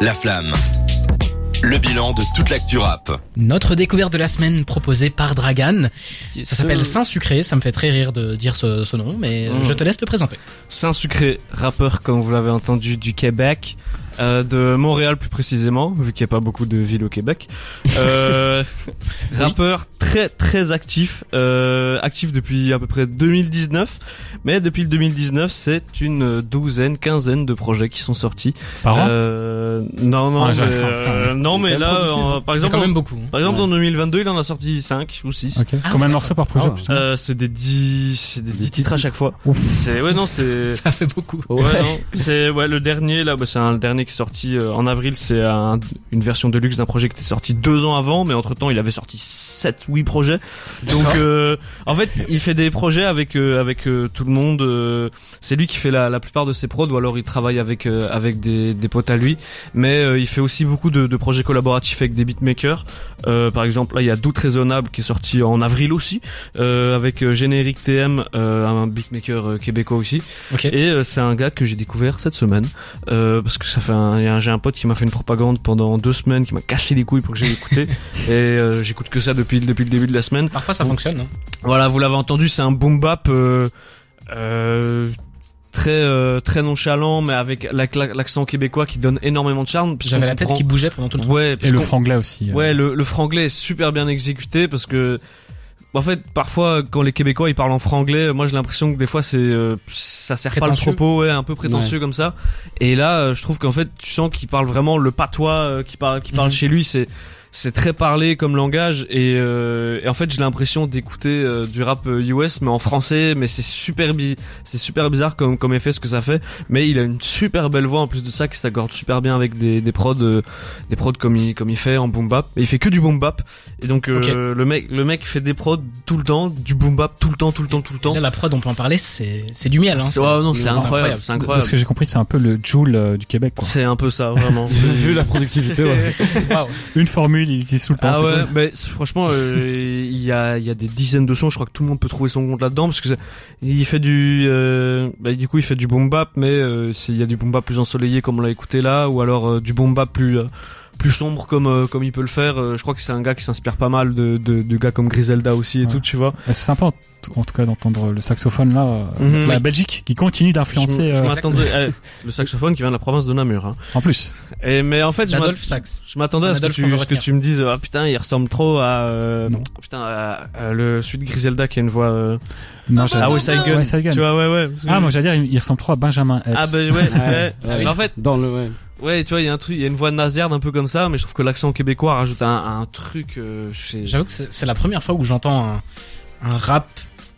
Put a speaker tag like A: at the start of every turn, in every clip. A: La Flamme. Le bilan de toute l'actu rap.
B: Notre découverte de la semaine proposée par Dragan.
C: Yes.
B: Ça s'appelle Saint Sucré, ça me fait très rire de dire ce, ce nom, mais
C: Euh. Mmh.
B: je te laisse le présenter.
C: Saint Sucré, rappeur comme vous l'avez entendu du Québec, euh, de Montréal plus précisément, vu qu'il n'y a pas beaucoup de villes au Québec. Euh, rappeur très très actif, euh, actif depuis à peu près 2019, mais depuis le 2019 c'est une douzaine, quinzaine de projets qui sont sortis.
D: Par an
C: Euh, non non
D: Ah,
C: mais,
D: j'ai-
C: euh, non mais
D: quand même
C: là
D: productif,
C: euh, par
B: C'est
C: exemple
B: quand même beaucoup. hein.
C: par exemple en 2022 il en a sorti 5 ou 6
D: Ok.
B: Ah,
D: Combien
B: d'accord.
D: de morceaux par projet
E: Ah ouais.
D: putain
C: Euh, c'est des 10 c'est des 10 titres à chaque fois.
D: Ouf.
C: C'est ouais non c'est
B: Ça fait beaucoup.
C: Ouais, non. C'est ouais le dernier là, bah, c'est un le dernier qui est sorti euh, en avril. C'est un- une version de luxe d'un projet qui était sorti deux ans avant, mais entre temps il avait sorti 7 huit projets. Donc euh, en fait il fait des projets avec euh, avec euh, tout le monde. euh, c'est lui qui fait la, la plupart de ses prods, ou alors il travaille avec euh, avec des, des potes à lui. Mais euh, il fait aussi beaucoup de, de projets collaboratifs avec des beatmakers. Euh, par exemple là il y a Doute raisonnable qui est sorti en avril aussi euh, avec euh, Générique TM, euh, un beatmaker euh, québécois aussi.
B: Ok.
C: Et euh, c'est un gars que j'ai découvert cette semaine euh, parce que ça fait un, il y a un- j'ai un pote qui m'a fait une propagande pendant deux semaines, qui m'a caché les couilles pour que j'aille écouter. et euh, j'écoute que ça depuis depuis le début de la semaine.
B: Parfois ça
C: Bon.
B: fonctionne. hein.
C: Voilà, vous l'avez entendu, c'est un boom bap euh, euh, très euh, très nonchalant, mais avec la- la- l'accent québécois qui donne énormément de charme. puisqu'on
B: J'avais la tête
C: comprend-
B: qui bougeait pendant tout le temps.
C: Ouais,
D: Et le
C: puisqu'on-
D: franglais aussi. euh.
C: Ouais, le, le franglais est super bien exécuté parce que. En fait, parfois, quand les Québécois ils parlent en franglais, moi j'ai l'impression que des fois c'est euh, ça sert pas le
B: Prétentieux.
C: propos, ouais, un peu prétentieux comme ça. Et là, euh, je trouve qu'en fait, tu sens qu'il parle vraiment le patois euh, qui parle qui parle
B: Mhm.
C: chez lui, c'est c'est très parlé comme langage et, euh, et en fait j'ai l'impression d'écouter euh, du rap euh, US mais en français mais c'est super bi c'est super bizarre comme comme effet ce que ça fait mais il a une super belle voix en plus de ça qui s'accorde super bien avec des des prods euh, des prods comme il comme il fait en boom bap et il fait que du boom bap et donc euh,
B: Ok.
C: le mec le mec fait des prods tout le temps du boom bap tout le temps tout le temps tout le temps
B: Là, la prod, on peut en parler, c'est c'est du miel. Hein.
C: C'est- ouais, Oh, non c'est
B: incroyable.
C: incroyable c'est
D: De ce
C: incroyable
D: que j'ai compris, c'est un peu le Joule euh, du Québec. Quoi.
C: c'est un peu ça vraiment
E: Vu la productivité, ouais.
B: Waouh.
D: Une formule, il utilise tout le temps.
C: Ah
D: c'est
C: ouais,
D: cool.
C: mais c'est- franchement, euh, il y, a, il y a des dizaines de sons. Je crois que tout le monde peut trouver son compte là-dedans parce que c'est- il fait du, euh, bah, du coup, il fait du boom bap, mais euh, c'est- il y a du boom bap plus ensoleillé comme on l'a écouté là, ou alors euh, du boom bap plus euh, plus sombre comme euh, comme il peut le faire. Euh, je crois que c'est un gars qui s'inspire pas mal de, de, de gars comme Griselda aussi et
D: Ouais.
C: tout, tu vois.
D: C'est sympa en tout- en tout cas d'entendre le saxophone là. euh,
C: Mhm.
D: La
C: Oui.
D: Belgique qui continue d'influencer
C: je
D: euh,
C: m'attendais euh, le saxophone qui vient de la province de Namur. Hein.
D: en plus.
C: Et mais en fait, je m'att-
B: Adolphe Sax.
C: je m'attendais à ce que,
B: Adolphe qu'on
C: tu,
B: veut
C: ce que
B: retenir.
C: tu me dises ah putain il ressemble trop à euh,
D: Non.
C: putain à, à le sud Griselda qui a une voix euh,
D: Non,
C: Ah, West Side Gun.
D: West Side Gun.
C: Tu vois, ouais, ouais. parce que-
D: Ah, moi j'allais dire, il il ressemble trop à Benjamin Epps.
C: Ah, bah, ouais, ouais.
E: ouais.
C: Mais en fait,
E: Dans le, ouais.
C: ouais, tu vois, il y a un truc, il y a une voix nasillarde un peu comme ça, mais je trouve que l'accent québécois rajoute un, un truc, euh, chez...
B: J'avoue que c'est c'est la première fois où j'entends un, un rap,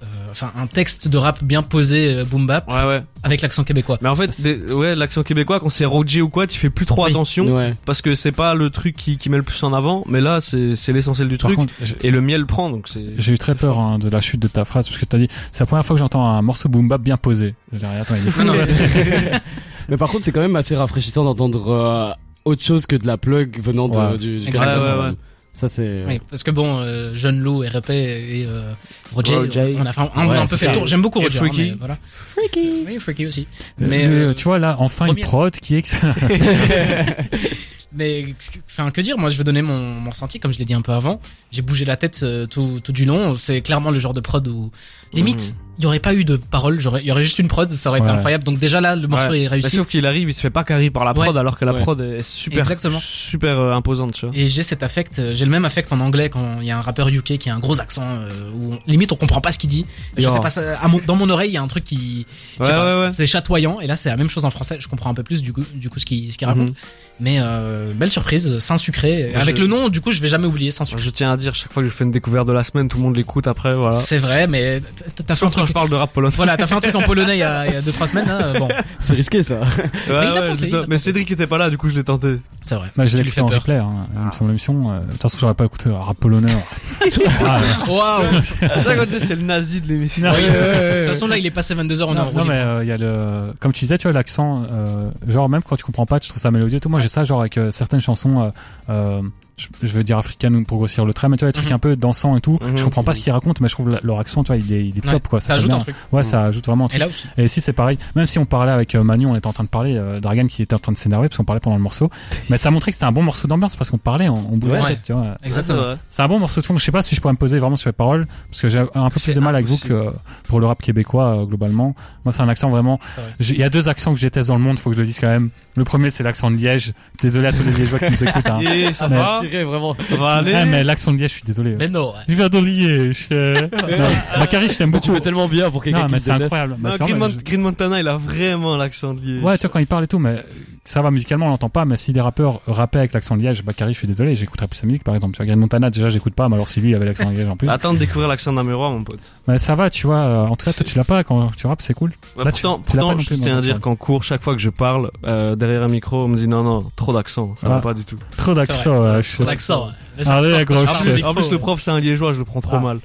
B: euh, enfin un texte de rap bien posé, euh, boom bap,
C: Ouais, ouais.
B: avec l'accent québécois.
C: Mais en fait, des- ouais, l'accent québécois, quand c'est roadie ou quoi, tu fais plus trop
B: Oui.
C: attention,
E: Ouais.
C: parce que c'est pas le truc qui, qui met le plus en avant, mais là, c'est, c'est l'essentiel du
D: Par
C: truc,
D: contre, j'ai-
C: et le miel prend, donc c'est...
D: j'ai eu très peur hein, de la chute de ta phrase parce que t'as dit, c'est la première fois que j'entends un morceau boom bap bien posé. J'ai dit, attends, il est fou.
B: Non, non,
E: Mais par contre, c'est quand même assez rafraîchissant d'entendre euh, autre chose que de la plug venant de,
D: Ouais.
E: du, du
B: Exactement.
E: caractère.
C: Ouais, ouais, ouais.
E: Ça, c'est.
B: Oui, parce que bon, euh, Jeune Lou, RP et euh, Roger,
E: Roger.
B: on a, enfin, on a
E: Ouais,
B: un
E: c'est
B: peu fait le
E: ça.
B: tour. J'aime beaucoup
C: Et
B: Roger. hein,
C: Freaky.
B: mais voilà. Freaky. Oui, Freaky aussi.
D: Mais
B: Mais, euh,
D: tu vois là, enfin une
B: première-
D: prod qui est excellente.
B: Mais enfin, que dire Moi, je vais donner mon, mon ressenti, comme je l'ai dit un peu avant. J'ai bougé la tête euh, tout, tout du long. C'est clairement le genre de prod où, limite, il n'y aurait pas eu de paroles. j'aurais- Il y aurait juste une prod, ça aurait été
D: Ouais.
B: incroyable. Donc déjà là, le morceau
C: Ouais.
B: est
C: Bah,
B: réussi.
C: sauf qu'il arrive, il se fait pas carry par la prod,
B: Ouais.
C: alors que la
E: Ouais.
C: prod est super,
B: Exactement.
C: super euh, imposante, tu vois.
B: Et j'ai cet affect, euh, j'ai le même affect en anglais quand il y a un rappeur UK qui a un gros accent euh, où on- limite on comprend pas ce qu'il dit. Et Je
C: Yo.
B: sais pas ça, à mon- dans mon oreille il y a un truc qui, je sais
C: Ouais,
B: pas,
C: ouais, ouais.
B: c'est chatoyant et là c'est la même chose en français. Je comprends un peu plus du coup, du coup ce qu'il ce qu'il raconte. Mais euh, belle surprise, Saint Sucré.
C: Moi,
B: Avec
C: je-
B: le nom, du coup je vais jamais oublier Saint Sucré.
C: Je tiens à dire, chaque fois que je fais une découverte de la semaine, tout le monde l'écoute après, voilà.
B: C'est vrai, mais t- t- t'as fait un
C: Sauf quand
B: truc.
C: je parle de rap polonais.
B: Voilà, t'as fait un truc en polonais il y a, il y a deux trois semaines. là, euh, Bon,
E: C'est risqué, ça.
C: Ouais,
B: Mais il l'a
C: ouais,
B: tenté,
C: je
B: il
C: dois-
B: l'a
C: mais
B: tenté.
C: Cédric était pas là, du coup je l'ai tenté.
B: c'est vrai.
D: Bah, je
B: Tu
D: l'ai
B: lui
D: écouté
B: fais
D: en
B: peur.
D: replay, hein. il me semble l'émission. euh, De toute façon, j'aurais pas écouté un rap polonais. Ah, ouais.
B: Waouh.
C: D'accord, tu sais, c'est le nazi de l'émission.
B: Oui, De toute façon là il est passé 22 h on est en
D: Non,
B: roue
D: non, mais
B: libre.
D: euh, il y a le, comme tu disais, tu vois l'accent, euh, genre même quand tu comprends pas, tu trouves ça mélodieux. et Tout moi j'ai ça genre avec euh, certaines chansons, euh, euh, je, je veux dire africaines pour grossir le trait, mais tu vois les trucs
B: Mhm.
D: un peu dansants et tout.
C: Mhm.
D: Je comprends pas ce qu'ils racontent, mais je trouve la- leur accent, tu vois, il est, il est
B: Ouais,
D: top quoi.
B: ça ajoute
D: bien.
B: un truc. Mhm.
D: Ouais, ça ajoute vraiment. un
B: Et
D: truc.
B: là aussi.
D: Et ici c'est pareil. Même si on parlait avec euh, Manu, on était en train de parler, euh, Dragan qui était en train de s'énerver parce qu'on parlait pendant le morceau. Mais Mais ça montrait que c'était un bon morceau d'ambiance parce qu'on parlait, on, on bougeait la
B: Ouais.
D: tête, tu vois.
B: Exactement.
D: C'est un bon morceau de fond. Je sais pas si je pourrais me poser vraiment sur les paroles, parce que j'ai un peu
C: C'est
D: plus de mal avec vous
C: impossible.
D: que pour le rap québécois euh, globalement. Moi, c'est un accent vraiment.
B: C'est vrai.
D: J'ai- Il y a deux accents que j'ai testé dans le monde, faut que je le dise quand même. Le premier, c'est l'accent de Liège. Désolé à tous les Liégeois qui nous écoutent. Hein.
C: Et ça
D: Ouais.
C: va,
E: Tiré, vraiment.
C: ça va aller.
D: Ah, mais l'accent de Liège, je suis désolé.
B: Mais non, ouais.
D: Je viens de Liège. euh. Non, Macari, je t'aime
E: Mais tu
D: beaucoup.
E: fais tellement bien pour quelqu'un
D: Non,
E: qui
D: mais
E: te
D: c'est
E: déteste.
D: incroyable. Bah,
C: Non,
D: c'est vrai,
C: Green,
D: mais
C: Man-
D: je-
C: Green Montana, il a vraiment l'accent de Liège.
D: Ouais, tu vois, quand il parle et tout, mais ça va, musicalement, on l'entend pas, mais si des rappeurs rappaient avec l'accent de Liège, Bakary, je suis désolé, j'écouterais plus sa musique, par exemple. Tu vois, Green Montana, déjà, j'écoute pas, mais alors si lui, il avait l'accent de Liège en plus.
C: Attends de découvrir l'accent d'Amérois, mon pote.
D: Mais ça va, tu vois, euh, en tout cas, toi, tu l'as pas quand tu rappes, c'est cool.
C: Ouais,
D: Là, tu-
C: pourtant,
D: tu l'as
C: pourtant,
D: pas non
C: je
D: plus dans
C: tiens à
D: ton
C: dire
D: crâne.
C: qu'en cours, chaque fois que je parle, euh, derrière un micro, on me dit non, non, trop d'accent, ça
D: Ah.
C: va pas du tout.
D: Trop d'accent, ouais, je suis-
B: Ton accent. ouais. Mais ça
D: Ah ouais,
B: ressort
D: gros,
B: quand tu
D: je
B: parles
D: suis-
B: au
D: en
B: micro,
C: En plus, le
B: ouais.
C: prof, c'est un liégeois, je le prends trop
D: Ah.
C: mal.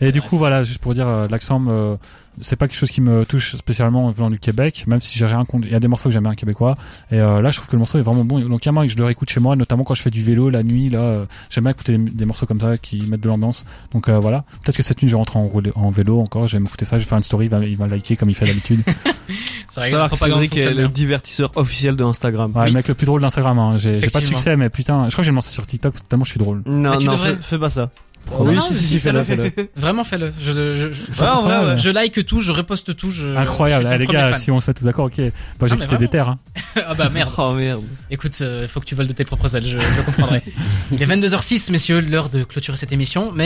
D: Et du
B: Ouais,
D: coup, voilà, juste pour dire, euh, l'accent, me- c'est pas quelque chose qui me touche spécialement en venant du Québec, même si j'ai rien contre. Il y a des morceaux que j'aime bien québécois. Et euh, là, je trouve que le morceau est vraiment bon. Donc, il y a moyen que je le réécoute chez moi, notamment quand je fais du vélo la nuit. Là, euh, j'aime bien écouter des, des morceaux comme ça qui mettent de l'ambiance. Donc euh, voilà, peut-être que cette nuit, je rentre en, roule- en vélo encore. Je vais m'écouter ça. Je vais faire une story. Il va, il va liker comme il fait d'habitude.
B: C'est
C: Faut
B: vrai que la
C: savoir que
B: propagande
C: Cédric est
B: fonctionne
C: le
B: bien.
C: divertisseur officiel de Instagram.
D: Ouais,
B: Oui.
D: le mec le plus drôle d'Instagram. Hein. J'ai j'ai pas de
B: Effectivement.
D: succès, mais putain, je crois que j'ai lancé sur TikTok tellement je suis drôle.
C: Non,
B: Mais tu
C: non,
B: devrais-
C: fais, fais pas ça.
E: Ah oui,
B: Non,
E: si,
B: mais
E: si,
B: si,
E: si, fais-le, fais-le.
B: Vraiment, fais-le. Je, je, je,
D: C'est incroyable.
B: je like tout, je reposte tout. Je,
D: Ah Incroyable,
B: je suis
D: Eh,
B: ton
D: les
B: premier
D: gars,
B: fan.
D: si on se met tous d'accord, ok. Bah, j'ai
B: mais
D: quitté des
B: vraiment.
D: terres. hein.
B: ah bah merde.
C: Oh merde.
B: Écoute, euh, faut que tu voles de tes propres ailes, je, je comprendrai. Il est 22h06, messieurs, l'heure de clôturer cette émission. Mais